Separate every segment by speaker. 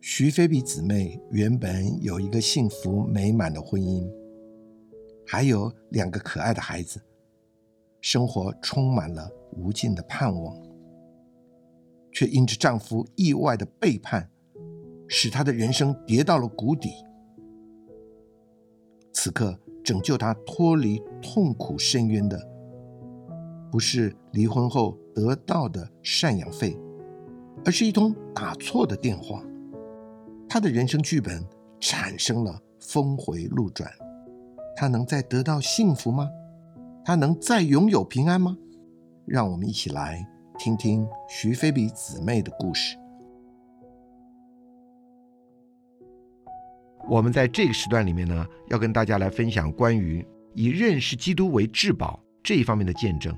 Speaker 1: 徐菲比姊妹原本有一个幸福美满的婚姻，还有两个可爱的孩子，生活充满了无尽的盼望，却因着丈夫意外的背叛，使她的人生跌到了谷底。此刻，拯救她脱离痛苦深渊的，不是离婚后得到的赡养费，而是一通打错的电话。他的人生剧本产生了峰回路转。他能再得到幸福吗？他能再拥有平安吗？让我们一起来听听徐菲比姊妹的故事。我们在这个时段里面呢，要跟大家来分享关于以认识基督为至宝这一方面的见证。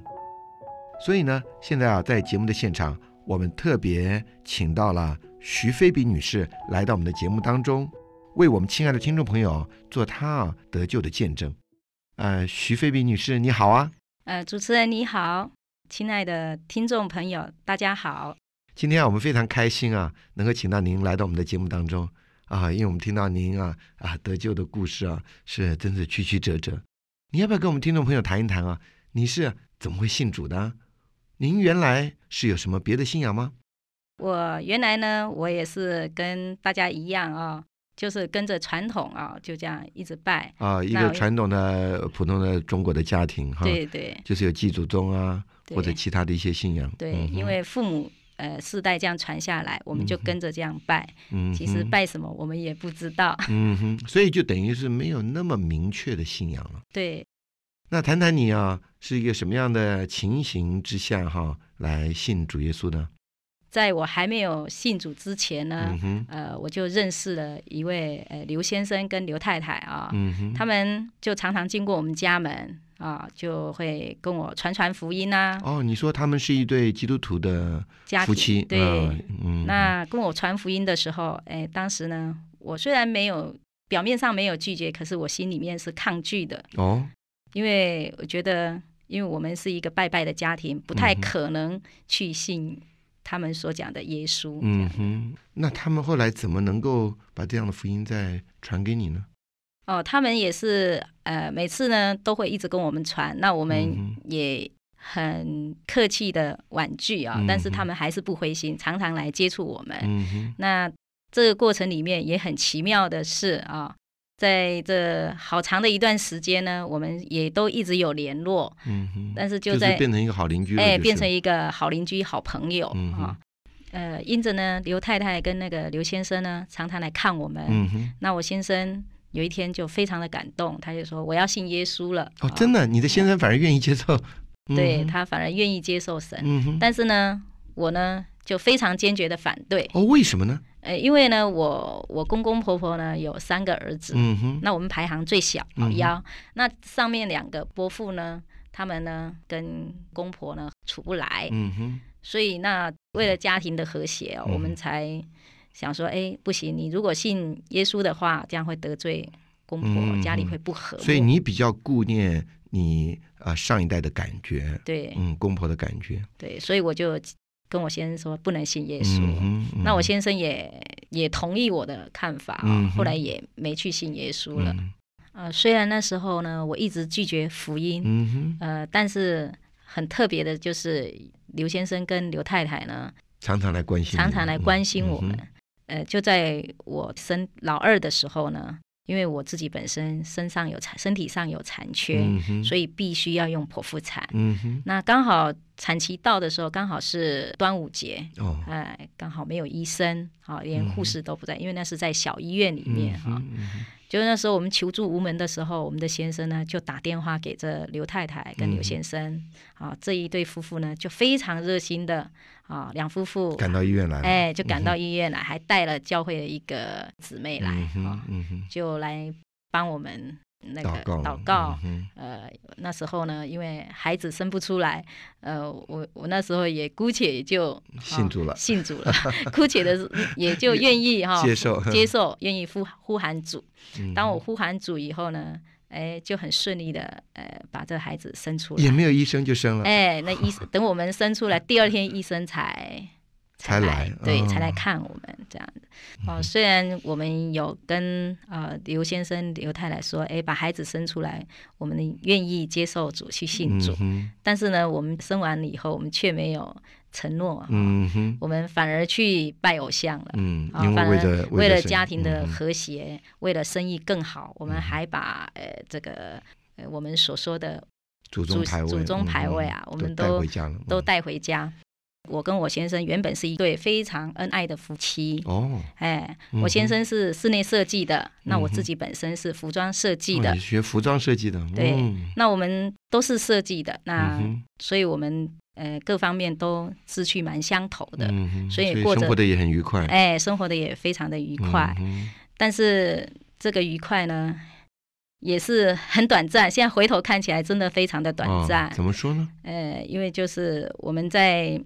Speaker 1: 所以呢，现在啊，在节目的现场，我们特别请到了徐菲比女士来到我们的节目当中，为我们亲爱的听众朋友做她啊得救的见证。呃，徐菲比女士，你好啊！
Speaker 2: 呃，主持人你好，亲爱的听众朋友，大家好。
Speaker 1: 今天啊，我们非常开心啊，能够请到您来到我们的节目当中啊，因为我们听到您啊啊得救的故事啊，是真是曲曲折折。你要不要跟我们听众朋友谈一谈啊？你是怎么会信主的啊？您原来是有什么别的信仰吗？
Speaker 2: 我原来呢，我也是跟大家一样啊、就是跟着传统啊、就这样一直拜。
Speaker 1: 啊，一
Speaker 2: 那
Speaker 1: 个
Speaker 2: 我
Speaker 1: 传统的呃普通的中国的家庭哈，
Speaker 2: 对对
Speaker 1: 就是有祭祖宗啊，
Speaker 2: 对
Speaker 1: 或者其他的一些信仰。
Speaker 2: 对，
Speaker 1: 嗯哼
Speaker 2: 因为父母呃世代这样传下来，我们就
Speaker 1: 嗯哼
Speaker 2: 跟着这样拜。
Speaker 1: 嗯哼
Speaker 2: 其实拜什么我们也不知道。
Speaker 1: 嗯哼，所以就等于是没有那么明确的信仰了。
Speaker 2: 对，
Speaker 1: 那谈谈你啊，是一个什么样的情形之下哈、来信主耶稣呢？
Speaker 2: 在我还没有信主之前呢
Speaker 1: 嗯，哼，
Speaker 2: 呃，我就认识了一位呃刘先生跟刘太太啊、
Speaker 1: 嗯哼，
Speaker 2: 他们就常常经过我们家门啊，就会跟我传传福音啊，
Speaker 1: 哦，你说他们是一对基督徒的
Speaker 2: 家
Speaker 1: 夫
Speaker 2: 庭
Speaker 1: 妻，
Speaker 2: 对。
Speaker 1: 嗯嗯，
Speaker 2: 那跟我传福音的时候，哎，当时呢，我虽然没有表面上没有拒绝，可是我心里面是抗拒的，
Speaker 1: 哦，
Speaker 2: 因为我觉得，因为我们是一个拜拜的家庭，不太
Speaker 1: 嗯哼
Speaker 2: 可能去信他们所讲的耶稣。这
Speaker 1: 嗯
Speaker 2: 样
Speaker 1: 哼，那他们后来怎么能够把这样的福音再传给你呢？
Speaker 2: 哦，他们也是呃，每次呢都会一直跟我们传，那我
Speaker 1: 嗯
Speaker 2: 们也很客气的婉拒啊、
Speaker 1: 嗯哼
Speaker 2: 但是他们还是不灰心，常常来接触我们。
Speaker 1: 嗯哼，
Speaker 2: 那这个过程里面也很奇妙的是啊，在这好长的一段时间呢，我们也都一直有联络，
Speaker 1: 嗯哼，
Speaker 2: 但是
Speaker 1: 就
Speaker 2: 就在
Speaker 1: 是变成一个好邻居了，
Speaker 2: 哎、
Speaker 1: 就是
Speaker 2: 变成一个好邻居、好朋友、
Speaker 1: 嗯哼
Speaker 2: 啊。呃，因着呢，刘太太跟那个刘先生呢，常常来看我们。
Speaker 1: 嗯哼，
Speaker 2: 那我先生有一天就非常的感动，他就说我要信耶稣了。
Speaker 1: 哦，真
Speaker 2: 的，
Speaker 1: 的，你的先生反而愿意接受，嗯
Speaker 2: 对
Speaker 1: 哼，
Speaker 2: 他反而愿意接受神，
Speaker 1: 嗯哼，
Speaker 2: 但是呢，我呢就非常坚决的反对。
Speaker 1: 哦，为什么呢？
Speaker 2: 呃，因为呢，我我公公婆婆呢有三个儿子，
Speaker 1: 嗯哼，
Speaker 2: 那我们排行最小，
Speaker 1: 嗯
Speaker 2: 老
Speaker 1: 哼
Speaker 2: 幺。那上面两个伯父呢，他们呢跟公婆呢处不来，
Speaker 1: 嗯哼，
Speaker 2: 所以那为了家庭的和谐哦，
Speaker 1: 嗯哼
Speaker 2: 我们才想说，哎，不行，你如果信耶稣的话，这样会得罪公婆，
Speaker 1: 嗯
Speaker 2: 家里
Speaker 1: 嗯
Speaker 2: 会不和睦。
Speaker 1: 所以你比较顾念你啊、呃上一代的感觉，
Speaker 2: 对
Speaker 1: 嗯，公婆的感觉，
Speaker 2: 对，所以我就跟我先生说不能信耶稣。
Speaker 1: 嗯哼，嗯
Speaker 2: 那我先生也也同意我的看法啊、
Speaker 1: 嗯哼
Speaker 2: 后来也没去信耶稣了。
Speaker 1: 嗯
Speaker 2: 呃，虽然那时候呢，我一直拒绝福音，
Speaker 1: 嗯哼，
Speaker 2: 呃，但是很特别的就是刘先生跟刘太太呢，
Speaker 1: 常常来关心你，
Speaker 2: 常常来关心
Speaker 1: 嗯
Speaker 2: 我们。。呃，就在我生老二的时候呢，因为我自己本身身上有残，身体上有残缺，
Speaker 1: 嗯哼，
Speaker 2: 所
Speaker 1: 以，
Speaker 2: 以必须要用剖腹产。
Speaker 1: 嗯哼，
Speaker 2: 那刚好产期到的时候，刚好是端午节，
Speaker 1: 哦，
Speaker 2: 哎，刚好没有医生，啊，连
Speaker 1: 嗯哼
Speaker 2: 护士都不在，因为那是在小医院里
Speaker 1: 嗯
Speaker 2: 面哈、哦
Speaker 1: 哼，嗯哼
Speaker 2: 就是那时候我们求助无门的时候，我们的先生呢就打电话给这刘太太跟刘
Speaker 1: 嗯
Speaker 2: 先生，啊，这一对夫妇呢就非常热心的啊，两夫妇
Speaker 1: 赶到医院来了，嗯
Speaker 2: 哎就赶到医院来，还带了教会的一个姊妹来
Speaker 1: 嗯哼
Speaker 2: 啊，
Speaker 1: 嗯哼，
Speaker 2: 就来帮我们那个
Speaker 1: 祷告，
Speaker 2: 祷告。
Speaker 1: 嗯
Speaker 2: 呃，那时候呢，因为孩子生不出来，呃，我我那时候也姑且也就、
Speaker 1: 哼，
Speaker 2: 啊
Speaker 1: 信主了，
Speaker 2: 信主了，姑且的也就愿意哈、
Speaker 1: 接受
Speaker 2: 接受，愿意呼呼喊主。
Speaker 1: 嗯
Speaker 2: 当我呼喊主以后呢，哎，就很顺利的呃把这个孩子生出
Speaker 1: 也
Speaker 2: 来。
Speaker 1: 没有医生就 生了，
Speaker 2: 哎，那医生等我们生出来，第二天医生才
Speaker 1: 才来嗯
Speaker 2: 对，
Speaker 1: 哦
Speaker 2: 才来看我们这样子。哦，虽然我们有跟呃刘先生、刘太太说，哎，把孩子生出来，我们愿意接受主去信主，
Speaker 1: 嗯
Speaker 2: 但是呢，我们生完了以后，我们却没有承诺
Speaker 1: 哼，，嗯哼，
Speaker 2: 啊我们反而去拜偶像了。
Speaker 1: 嗯，
Speaker 2: 啊，
Speaker 1: 因为
Speaker 2: 反
Speaker 1: 为
Speaker 2: 而
Speaker 1: 了
Speaker 2: 为了
Speaker 1: 生
Speaker 2: 家庭的
Speaker 1: 嗯哼
Speaker 2: 和谐，为了
Speaker 1: 嗯
Speaker 2: 生意更好，我们还把呃这个呃我们所说的
Speaker 1: 祖宗
Speaker 2: 祖
Speaker 1: 牌位，
Speaker 2: 祖宗牌位啊
Speaker 1: 嗯
Speaker 2: 我们
Speaker 1: 带
Speaker 2: 都
Speaker 1: 回家了，
Speaker 2: 都
Speaker 1: 嗯
Speaker 2: 带回家。我跟我先生原本是一对非常恩爱的夫妻。
Speaker 1: 哦，
Speaker 2: 哎，
Speaker 1: 嗯
Speaker 2: 我先生是室内设计的，那我
Speaker 1: 嗯哼
Speaker 2: 自己本身是服装设计
Speaker 1: 哦
Speaker 2: 的
Speaker 1: 你，学服装设计的，
Speaker 2: 对啊
Speaker 1: 嗯
Speaker 2: 那我们都是设计的，那、
Speaker 1: 嗯
Speaker 2: 所以我们呃各方面都志趣蛮相投
Speaker 1: 哼
Speaker 2: 的，
Speaker 1: 嗯哼
Speaker 2: 所以过
Speaker 1: 生
Speaker 2: 着
Speaker 1: 活的也很愉快，
Speaker 2: 哎，生活的也非常的愉快。
Speaker 1: 嗯
Speaker 2: 但是这个愉快呢，也是很短暂。现在回头看起来，真的非常的
Speaker 1: 哼
Speaker 2: 短暂
Speaker 1: 哦。怎么说呢？
Speaker 2: 呃，因为就是我们在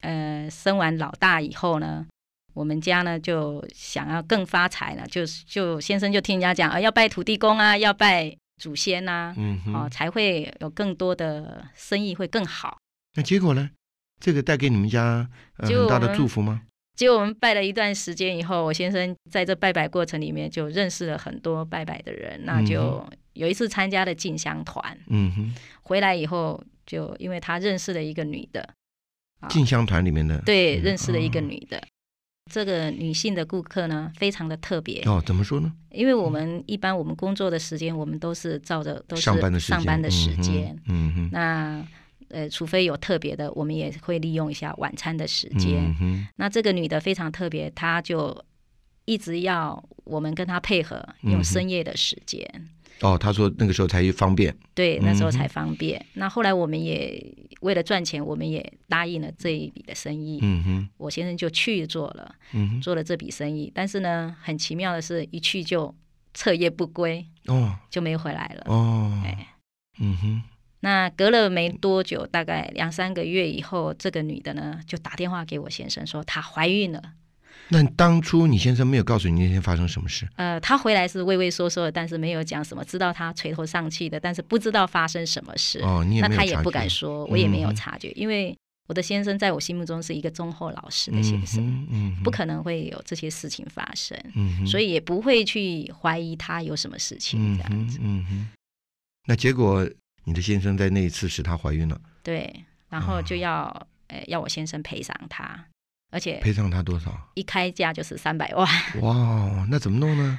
Speaker 2: 呃生完老大以后呢，我们家呢就想要更发财了，就就先生就听人家讲啊，要拜土地公啊，要拜祖先呐、
Speaker 1: 嗯
Speaker 2: 啊，哦，
Speaker 1: 哼，
Speaker 2: 才会有更多的生意会更好。
Speaker 1: 那结果呢？这个带给你们家呃
Speaker 2: 结果
Speaker 1: 很大
Speaker 2: 我
Speaker 1: 的
Speaker 2: 们
Speaker 1: 祝福吗？
Speaker 2: 结果我们拜了一段时间以后，我先生在这拜拜过程里面就认识了很多拜拜的人，那就有一次参加了进香团，
Speaker 1: 嗯哼，
Speaker 2: 回来以后就因为他认识了一个女的，啊
Speaker 1: 进香团里面的
Speaker 2: 对，
Speaker 1: 嗯
Speaker 2: 认识了一个
Speaker 1: 哦
Speaker 2: 女的。这个女性的顾客呢，非常的特别，
Speaker 1: 哦，嗯怎么说呢？
Speaker 2: 因为我们一般我们工作的时间，我们都是照着都是
Speaker 1: 上班的时间，
Speaker 2: 上班的时间。
Speaker 1: 嗯哼，嗯哼，
Speaker 2: 那呃，除非有特别的，我们也会利用一下晚餐的时间。
Speaker 1: 嗯哼，
Speaker 2: 那这个女的非常特别，她就一直要我们跟她配合，
Speaker 1: 嗯哼
Speaker 2: 用深夜的时间，
Speaker 1: 哦，他说那个时候才方便，
Speaker 2: 对，那
Speaker 1: 嗯
Speaker 2: 时候才方便。那后来我们也为了赚钱，我们也答应了这一笔的生意，
Speaker 1: 嗯哼，
Speaker 2: 我先生就去做了，
Speaker 1: 嗯
Speaker 2: 做了这笔生意。但是呢，很奇妙的是，一去就彻夜不归，
Speaker 1: 哼，哦
Speaker 2: 就没回来了。
Speaker 1: 哦，
Speaker 2: 哎
Speaker 1: 嗯哼，
Speaker 2: 那隔了没多久，大概两三个月以后，这个女的呢就打电话给我先生说她怀孕了。
Speaker 1: 那当初你先生没有告诉你那天发生什么事？
Speaker 2: 呃，他回来是畏畏缩缩的，但是没有讲什么，知道他垂头丧气的，但是不知道发生什么事。
Speaker 1: 哦，你也
Speaker 2: 那
Speaker 1: 没有
Speaker 2: 他也
Speaker 1: 察
Speaker 2: 不
Speaker 1: 觉
Speaker 2: 敢说，我也没有
Speaker 1: 嗯
Speaker 2: 察觉，因为我的先生在我心目中是一个忠厚老实的先
Speaker 1: 嗯
Speaker 2: 生，
Speaker 1: 哼嗯哼
Speaker 2: 不可能会有这些事情发生，
Speaker 1: 嗯哼，
Speaker 2: 所以也不会去怀疑他有什么事情
Speaker 1: 嗯
Speaker 2: 这样
Speaker 1: 哼
Speaker 2: 子。
Speaker 1: 嗯哼，那结果你的先生在那一次使她怀孕了，
Speaker 2: 对，然后
Speaker 1: 哦
Speaker 2: 就要、呃要我先生赔偿他，而且
Speaker 1: 赔偿她多少？
Speaker 2: 一开价就是三百万。
Speaker 1: 哇，那怎么弄呢？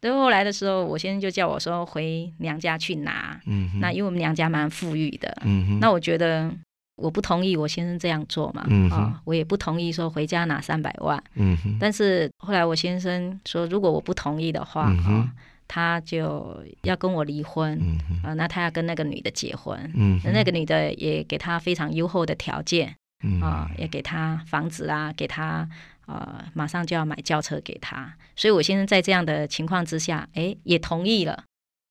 Speaker 2: 所以后来的时候，我先生就叫我说回娘家去拿。
Speaker 1: 嗯哼，
Speaker 2: 那因为我们娘家蛮富裕的，
Speaker 1: 嗯哼，
Speaker 2: 那我觉得我不同意我先生这样做嘛，啊、
Speaker 1: 嗯哼
Speaker 2: 我也不同意说回家拿三百万。
Speaker 1: 嗯哼，
Speaker 2: 但是后来我先生说，如果我不同意的话，啊、
Speaker 1: 嗯哼
Speaker 2: 他就要跟我离婚，
Speaker 1: 嗯哼，
Speaker 2: 啊、那他要跟那个女的结婚。
Speaker 1: 嗯
Speaker 2: 那
Speaker 1: 哼，
Speaker 2: 那个女的也给他非常优厚的条件
Speaker 1: 嗯
Speaker 2: 啊、也给他房子啊，给他呃，马上就要买轿车给他。所以我先生在这样的情况之下，哎，也同意了。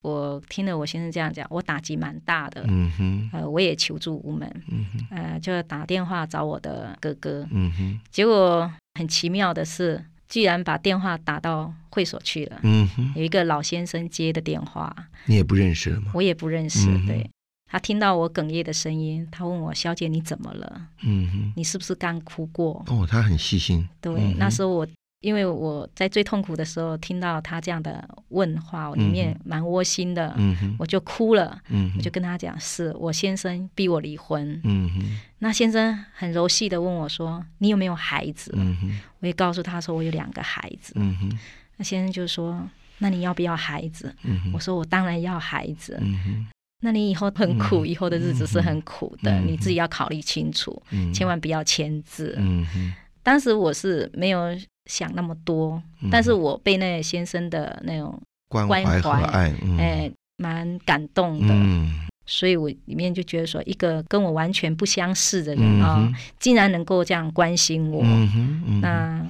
Speaker 2: 我听了我先生这样讲，我打击蛮大的。
Speaker 1: 嗯哼，
Speaker 2: 呃，我也求助无门，
Speaker 1: 嗯哼，
Speaker 2: 呃，就打电话找我的哥哥。
Speaker 1: 嗯哼，
Speaker 2: 结果很奇妙的是，居然把电话打到会所去了。
Speaker 1: 嗯哼，
Speaker 2: 有一个老先生接的电话，
Speaker 1: 你也不认识了吗？
Speaker 2: 我也不认识。
Speaker 1: 嗯哼
Speaker 2: 对他听到我哽咽的声音，他问我：“小姐，你怎么了？
Speaker 1: 嗯
Speaker 2: 你是不是刚哭过
Speaker 1: 哼，哦，他很细心，？”
Speaker 2: 对，
Speaker 1: 嗯哼
Speaker 2: 那时候我因为我在最痛苦的时候听到他这样的问话，我里面蛮窝心的，
Speaker 1: 嗯哼，
Speaker 2: 啊我就哭了。
Speaker 1: 嗯哼，
Speaker 2: 我就跟他讲，是我先生逼我离婚。
Speaker 1: 嗯哼，
Speaker 2: 那先生很柔细的问我说：“你有没有孩子
Speaker 1: 嗯哼，？”
Speaker 2: 我也告诉他说：“我有两个孩子。
Speaker 1: 嗯哼，”
Speaker 2: 那先生就说：“那你要不要孩子
Speaker 1: 嗯？”
Speaker 2: 我
Speaker 1: 哼，
Speaker 2: 说：“我当然要孩子。
Speaker 1: 嗯哼，
Speaker 2: 那你以后很苦，
Speaker 1: 嗯
Speaker 2: 以后的日子是很苦的，
Speaker 1: 嗯
Speaker 2: 你自己要考虑清楚，
Speaker 1: 嗯，
Speaker 2: 千万不要签字。
Speaker 1: 嗯哼，
Speaker 2: 当时我是没有想那么多，
Speaker 1: 嗯
Speaker 2: 但是我被那先生的那种
Speaker 1: 关
Speaker 2: 关
Speaker 1: 怀和
Speaker 2: 怀
Speaker 1: 爱，嗯
Speaker 2: 哎，蛮感动的。
Speaker 1: 嗯
Speaker 2: 所以我里面就觉得说，一个跟我完全不相识的人
Speaker 1: 嗯
Speaker 2: 啊、
Speaker 1: 哼
Speaker 2: 竟然能够这样关心我，
Speaker 1: 嗯哼嗯哼
Speaker 2: 那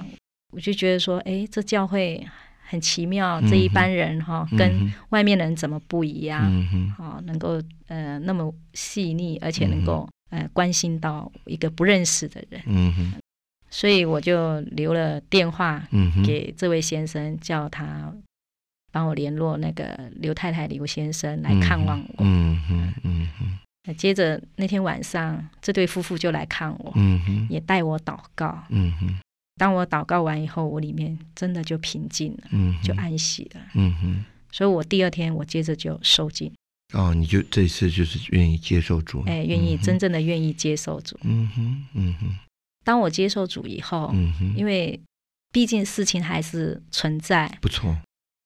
Speaker 2: 我就觉得说，哎，这教会很奇妙，
Speaker 1: 嗯哼
Speaker 2: 这一般人哈、跟
Speaker 1: 嗯哼
Speaker 2: 外面的人怎么不一样？
Speaker 1: 嗯哼
Speaker 2: 好、能够呃那么细腻，而且能够、呃关心到一个不认识的人，
Speaker 1: 嗯哼
Speaker 2: 所以我就留了电话
Speaker 1: 嗯哼
Speaker 2: 给这位先生，叫他帮我联络那个刘太太刘先生来看望我。
Speaker 1: 嗯哼嗯哼
Speaker 2: 那接着那天晚上，这对夫妇就来看我，
Speaker 1: 嗯哼
Speaker 2: 也带我祷告。
Speaker 1: 嗯哼
Speaker 2: 当我祷告完以后，我里面真的就平静了，
Speaker 1: 嗯哼
Speaker 2: 就安息了。
Speaker 1: 嗯哼
Speaker 2: 所以我第二天，我接着就受尽，
Speaker 1: 哦，你就这次就是愿意接受主，
Speaker 2: 哎，愿意
Speaker 1: 嗯哼
Speaker 2: 真正的愿意接受主。
Speaker 1: 嗯哼嗯哼
Speaker 2: 当我接受主以后，
Speaker 1: 嗯哼，
Speaker 2: 哦因
Speaker 1: 为
Speaker 2: 为毕竟事情还是存在。
Speaker 1: 不错，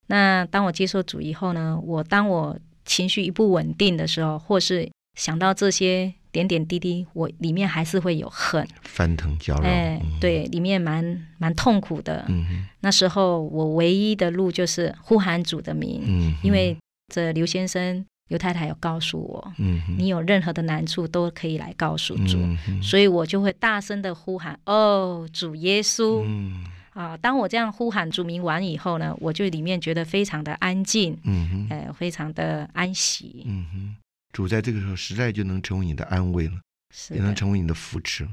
Speaker 2: 那当我接受主以后呢，我当我情绪一不稳定的时候，或是想到这些点点滴滴，我里面还是会有恨，
Speaker 1: 翻腾搅扰，
Speaker 2: 哎
Speaker 1: 嗯，
Speaker 2: 对，里面蛮蛮痛苦的。
Speaker 1: 嗯哼
Speaker 2: 那时候我唯一的路就是呼喊主的名，
Speaker 1: 嗯哼，
Speaker 2: 因为这刘先生、刘太太有告诉我，
Speaker 1: 嗯哼
Speaker 2: 你有任何的难处都可以来告诉主。
Speaker 1: 嗯哼
Speaker 2: 所以我就会大声的呼喊：“哦，主耶稣！”
Speaker 1: 嗯
Speaker 2: 啊，当我这样呼喊主名完以后呢，我就里面觉得非常的安静，
Speaker 1: 嗯哼
Speaker 2: 呃，非常的安息。
Speaker 1: 嗯哼，主在这个时候实在就能成为你的安慰了，
Speaker 2: 是
Speaker 1: 也能
Speaker 2: 的，
Speaker 1: 成为你的扶持了。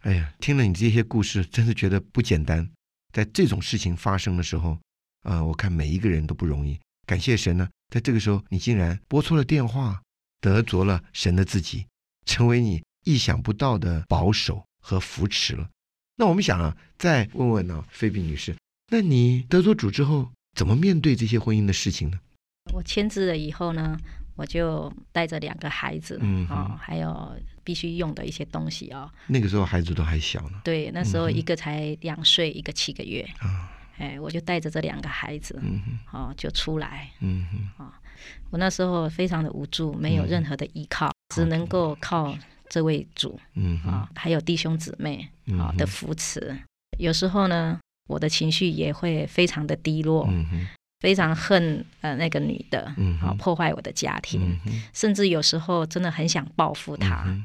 Speaker 1: 哎呀，听了你这些故事，真是觉得不简单。在这种事情发生的时候，啊、我看每一个人都不容易。感谢神呢，在这个时候，你竟然拨出了电话，得着了神的自己，成为你意想不到的保守和扶持了。那我们想啊，再问问呢、菲比女士，那你得着主之后，怎么面对这些婚姻的事情呢？
Speaker 2: 我签字了以后呢，我就带着两个孩子，
Speaker 1: 嗯哼
Speaker 2: 哦，还有必须用的一些东西哦。
Speaker 1: 那个时候孩子都还小呢。
Speaker 2: 对，那时
Speaker 1: 嗯
Speaker 2: 候
Speaker 1: 哼
Speaker 2: 一个才两岁，一个七个月，
Speaker 1: 啊，
Speaker 2: 哎，我就带着这两个孩子，
Speaker 1: 嗯哼，
Speaker 2: 哦，就出来。
Speaker 1: 嗯哼，
Speaker 2: 我那时候非常的无助，没有
Speaker 1: 嗯
Speaker 2: 任何的依靠，只
Speaker 1: 主
Speaker 2: 能够靠这位主
Speaker 1: 嗯哼，
Speaker 2: 啊、还有弟兄姊妹
Speaker 1: 嗯
Speaker 2: 啊、
Speaker 1: 哼
Speaker 2: 的扶持。有时候呢，我的情绪也会非常的低落，
Speaker 1: 嗯哼，
Speaker 2: 非常恨呃那个女的啊、
Speaker 1: 嗯哼
Speaker 2: 破坏我的家庭，
Speaker 1: 嗯哼，
Speaker 2: 甚至有时候真的很想报复她。
Speaker 1: 嗯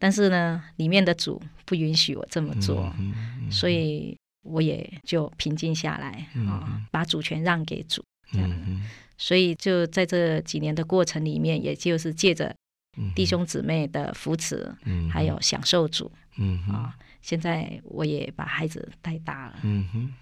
Speaker 2: 但是呢，里面的主不允许我这么
Speaker 1: 哼
Speaker 2: 做，
Speaker 1: 嗯哼
Speaker 2: 所以我也就平静下来啊、
Speaker 1: 嗯哼
Speaker 2: 把主权让给主。这样
Speaker 1: 嗯哼
Speaker 2: 所以就在这几年的过程里面，也就是借着
Speaker 1: 嗯哼
Speaker 2: 弟，兄姊妹的扶持，
Speaker 1: 嗯哼
Speaker 2: 还，有享受主
Speaker 1: 嗯哼，
Speaker 2: 啊。现在我也把孩子带大了，
Speaker 1: 嗯哼，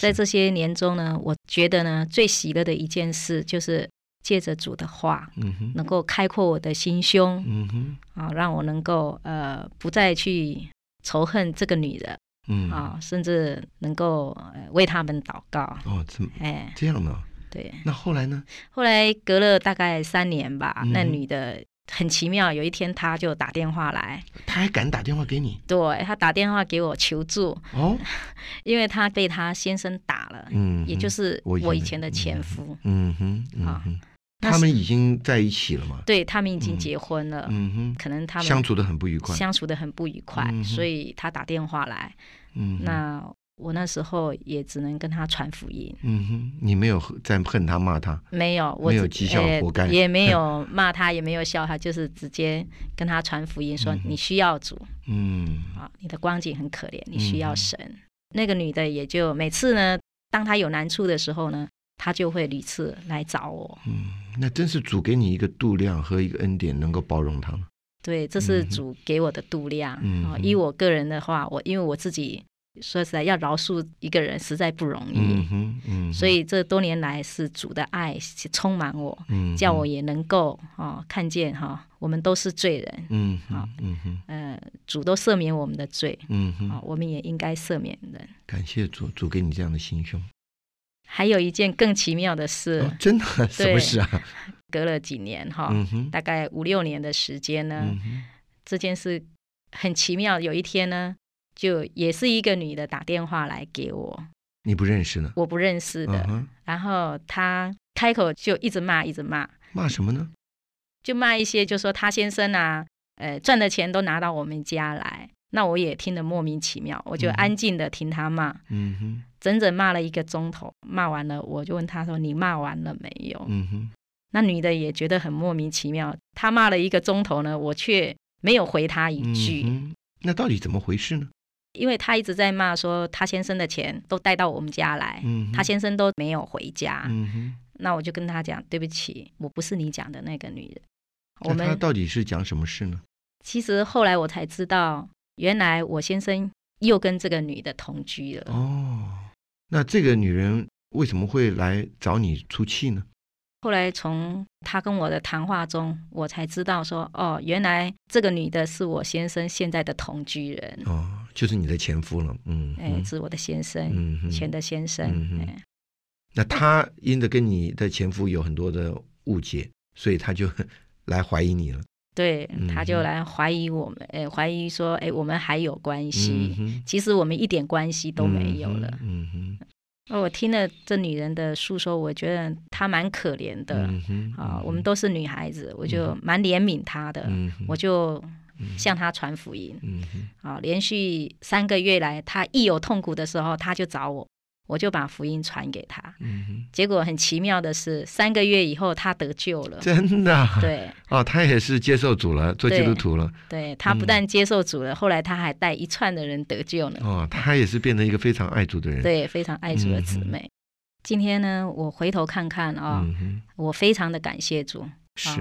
Speaker 2: 在这些年中呢，我觉得呢，最喜乐的一件事就是借着主的话，
Speaker 1: 嗯哼，
Speaker 2: 能够开阔我的心胸
Speaker 1: 嗯哼，
Speaker 2: 啊，让我能够呃不再去仇恨这个女人
Speaker 1: 嗯，
Speaker 2: 啊，甚至能够、呃、为他们祷告。
Speaker 1: 哦，这么
Speaker 2: 哎，
Speaker 1: 这样呢？
Speaker 2: 对。
Speaker 1: 那后来呢？
Speaker 2: 后来隔了大概三年吧，
Speaker 1: 嗯哼
Speaker 2: 那女的很奇妙，有一天她就打电话来，
Speaker 1: 他还敢打电话给你？
Speaker 2: 对她打电话给我求助，
Speaker 1: 哦，
Speaker 2: 因为她被她先生打了，
Speaker 1: 嗯哼，
Speaker 2: 也就是
Speaker 1: 我以前
Speaker 2: 我以
Speaker 1: 的
Speaker 2: 前的前夫，
Speaker 1: 嗯哼，嗯
Speaker 2: 啊
Speaker 1: 哼，
Speaker 2: 那
Speaker 1: 他
Speaker 2: 是
Speaker 1: 们已经在一起了嘛？
Speaker 2: 对他们已
Speaker 1: 嗯
Speaker 2: 经结婚了，
Speaker 1: 嗯
Speaker 2: 可能他
Speaker 1: 哼，
Speaker 2: 们
Speaker 1: 相处的很不愉快。
Speaker 2: 相处的很不愉快，
Speaker 1: 嗯哼
Speaker 2: 所以她打电话来，
Speaker 1: 嗯哼，
Speaker 2: 那我那时候也只能跟她传福音。
Speaker 1: 嗯哼，你没有在恨他骂他？
Speaker 2: 没有，我
Speaker 1: 没有
Speaker 2: 只
Speaker 1: 绩效
Speaker 2: 呃
Speaker 1: 活该
Speaker 2: 也没有骂她，也没有笑她，就是直接跟她传福音说
Speaker 1: 嗯哼
Speaker 2: 你需要主，
Speaker 1: 嗯
Speaker 2: 啊，你的光景很可怜，你
Speaker 1: 嗯
Speaker 2: 需要神。那个女的也就每次呢，当她有难处的时候呢，她就会屡次来找我。
Speaker 1: 嗯那真是主给你一个度量和一个恩典，能够包容他们。
Speaker 2: 对，
Speaker 1: 嗯
Speaker 2: 这是
Speaker 1: 哼
Speaker 2: 主给我的度量。
Speaker 1: 嗯
Speaker 2: 啊
Speaker 1: 哼
Speaker 2: 依我个人的话，我因为我自己说实在要饶恕一个人实在不容易，
Speaker 1: 嗯哼，嗯哼，
Speaker 2: 所以这多年来是主的爱充满我，
Speaker 1: 嗯哼
Speaker 2: 叫我也能够啊看见哈、我们都是罪人，
Speaker 1: 嗯
Speaker 2: 好
Speaker 1: 哼，嗯哼，
Speaker 2: 呃，主都赦免我们的罪
Speaker 1: 嗯
Speaker 2: 啊、
Speaker 1: 哼，
Speaker 2: 我们也应该赦免人。
Speaker 1: 感谢主，主给你这样的心胸。
Speaker 2: 还有一件更奇妙的事，
Speaker 1: 哦真的啊什么事啊？
Speaker 2: 隔了几年哈，
Speaker 1: 嗯哼，
Speaker 2: 大概五六年的时间呢，
Speaker 1: 嗯哼，
Speaker 2: 这件事很奇妙。有一天呢，就也是一个女的打电话来给我，
Speaker 1: 你不认识呢？
Speaker 2: 我不认识的，
Speaker 1: 嗯哼，
Speaker 2: 然后她开口就一直骂，一直骂，
Speaker 1: 骂什么呢？
Speaker 2: 就骂一些，就说她先生啊，呃，赚的钱都拿到我们家来。那我也听得莫名其妙，我就
Speaker 1: 嗯
Speaker 2: 安静的听他骂，
Speaker 1: 嗯哼，
Speaker 2: 整整骂了一个钟头。骂完了，我就问他说：“你骂完了没有？”
Speaker 1: 嗯哼，
Speaker 2: 那女的也觉得很莫名其妙，她骂了一个钟头呢，我却没有回她一
Speaker 1: 嗯
Speaker 2: 句，
Speaker 1: 哼那到底怎么回事呢？
Speaker 2: 因为她一直在骂说她先生的钱都带到我们家来，
Speaker 1: 嗯哼，
Speaker 2: 她先生都没有回家。
Speaker 1: 嗯哼，
Speaker 2: 那我就跟她讲，对不起，我不是你讲的那个女人。我
Speaker 1: 那他
Speaker 2: 们
Speaker 1: 到底是讲什么事呢？
Speaker 2: 其实后来我才知道，原来我先生又跟这个女的同居了。
Speaker 1: 哦，那这个女人为什么会来找你出气呢？
Speaker 2: 后来从她跟我的谈话中，我才知道说，哦，原来这个女的是我先生现在的同居人。
Speaker 1: 哦，就是你的前夫了，嗯，
Speaker 2: 哎、
Speaker 1: 嗯
Speaker 2: 是我的先生，
Speaker 1: 嗯哼，
Speaker 2: 钱的先生，
Speaker 1: 嗯哼
Speaker 2: 哎
Speaker 1: 那他因着跟你的前夫有很多的误解，所以他就来怀疑你了。
Speaker 2: 对
Speaker 1: 嗯，
Speaker 2: 他
Speaker 1: 哼
Speaker 2: 就来怀疑我们，哎、怀疑说，哎、我们还有关系
Speaker 1: 嗯，哼，
Speaker 2: 其实我们一点关系都没有了。
Speaker 1: 嗯哼，
Speaker 2: 那我听了这女人的诉说，我觉得她蛮可怜的，
Speaker 1: 嗯哼，
Speaker 2: 啊、
Speaker 1: 嗯
Speaker 2: 我们
Speaker 1: 哼，
Speaker 2: 都是女孩子，我
Speaker 1: 嗯
Speaker 2: 就蛮怜悯她的，
Speaker 1: 嗯哼，
Speaker 2: 我就
Speaker 1: 嗯
Speaker 2: 向她传福音，
Speaker 1: 嗯哼，
Speaker 2: 啊、连续三个月来，她一有痛苦的时候，她就找我，我就把福音传给她。
Speaker 1: 嗯哼，
Speaker 2: 结果很奇妙的是，三个月以后，她得救了。
Speaker 1: 真的啊，嗯
Speaker 2: 对
Speaker 1: 哦，他也是接受主了，做基督徒了，
Speaker 2: 对，他不但接受主了，后来他还带一串的人得救呢。
Speaker 1: 哦，他也是变成一个非常爱主的人。，
Speaker 2: 对，非常爱主的姊
Speaker 1: 嗯哼
Speaker 2: 妹。今天呢，我回头看看啊、
Speaker 1: 嗯哼，
Speaker 2: 我非常的感谢主。
Speaker 1: 是，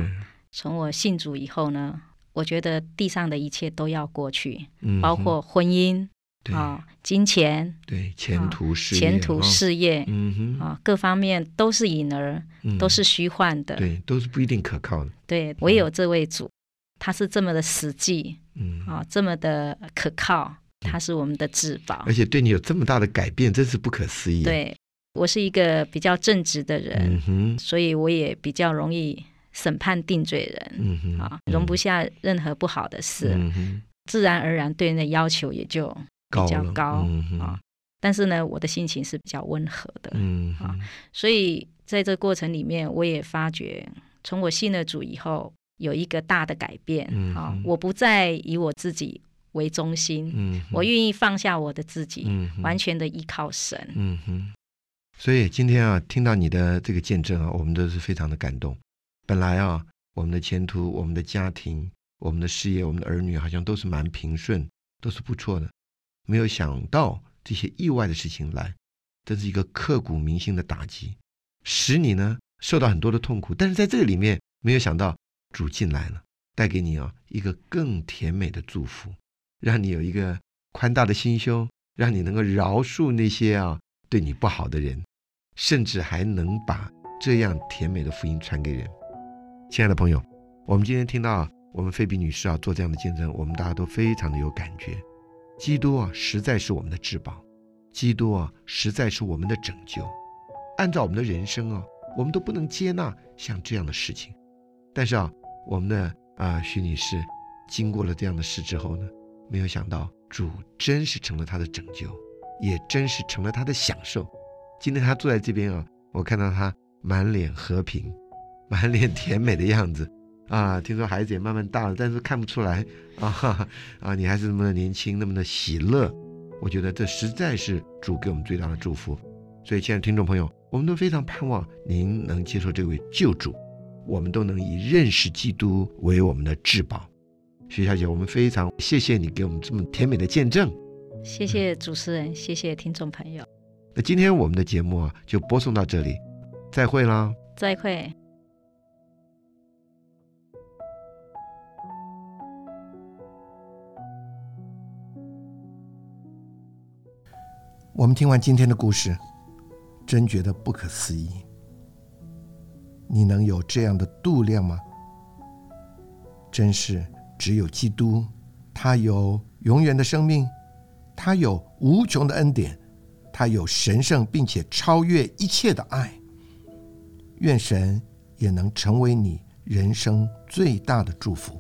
Speaker 2: 从我信主以后呢，我觉得地上的一切都要过去，
Speaker 1: 嗯哼，
Speaker 2: 包括婚姻
Speaker 1: 对
Speaker 2: 啊、金钱、
Speaker 1: 对前途事业，
Speaker 2: 前途
Speaker 1: 哦，
Speaker 2: 事业
Speaker 1: 嗯哼，
Speaker 2: 啊、各方面都是影儿，
Speaker 1: 嗯
Speaker 2: 都是虚幻的。
Speaker 1: 对，都是不一定可靠的。
Speaker 2: 对，唯有这位主，他是这么的实际
Speaker 1: 嗯，
Speaker 2: 啊、这么的可靠，他是我们的至宝
Speaker 1: 而。且对你有这么大的改变，真是不可思议。，啊
Speaker 2: 啊对我是一个比较正直的人，
Speaker 1: 嗯哼，
Speaker 2: 所以我也比较容易审判定罪人、
Speaker 1: 嗯哼，
Speaker 2: 啊，容不下任何不好的事，
Speaker 1: 嗯哼，
Speaker 2: 自然而然对人的要求也就
Speaker 1: 高
Speaker 2: 比较
Speaker 1: 了
Speaker 2: 高
Speaker 1: 嗯哼，
Speaker 2: 啊。但是呢，我的心情是比较温和的，
Speaker 1: 嗯
Speaker 2: 啊
Speaker 1: 哼，
Speaker 2: 所以在这过程里面，我也发觉，从我信了主以后，有一个大的改变
Speaker 1: 嗯
Speaker 2: 啊
Speaker 1: 哼，
Speaker 2: 我不再以我自己为中心，
Speaker 1: 嗯哼，
Speaker 2: 我愿意放下我的自己，
Speaker 1: 嗯哼
Speaker 2: 完全的依靠神。
Speaker 1: 嗯哼，所以今天啊，听到你的这个见证啊，我们都是非常的感动。本来啊，我们的前途、我们的家庭、我们的事业、我们的儿女，好像都是蛮平顺，都是不错的。没有想到这些意外的事情来，这是一个刻骨铭心的打击，使你呢受到很多的痛苦。但是在这个里面，没有想到主进来了，带给你啊一个更甜美的祝福，让你有一个宽大的心胸，让你能够饶恕那些啊对你不好的人，甚至还能把这样甜美的福音传给人。亲爱的朋友，我们今天听到啊我们菲比女士啊做这样的见证，我们大家都非常的有感觉。基督啊，实在是我们的至宝；基督啊，实在是我们的拯救。按照我们的人生啊，我们都不能接纳像这样的事情。但是啊，我们的啊、徐女士经过了这样的事之后呢，没有想到主真是成了她的拯救，也真是成了她的享受。今天她坐在这边啊，我看到她满脸和平， 满脸甜美的样子啊。听说孩子也慢慢大了，但是看不出来啊哈哈啊，你还是那么的年轻，那么的喜乐。我觉得这实在是主给我们最大的祝福。所以，亲爱的听众朋友，我们都非常盼望您能接受这位救主，我们都能以认识基督为我们的至宝。徐小姐，我们非常谢谢你给我们这么甜美的见证。
Speaker 2: 谢谢主持人，谢谢听众朋友，
Speaker 1: 那今天我们的节目啊，就播送到这里，再会啦。
Speaker 2: 再会。
Speaker 3: 我们听完今天的故事，真觉得不可思议。你能有这样的度量吗？真是只有基督，他有永远的生命，他有无穷的恩典，他有神圣并且超越一切的爱。愿神也能成为你人生最大的祝福。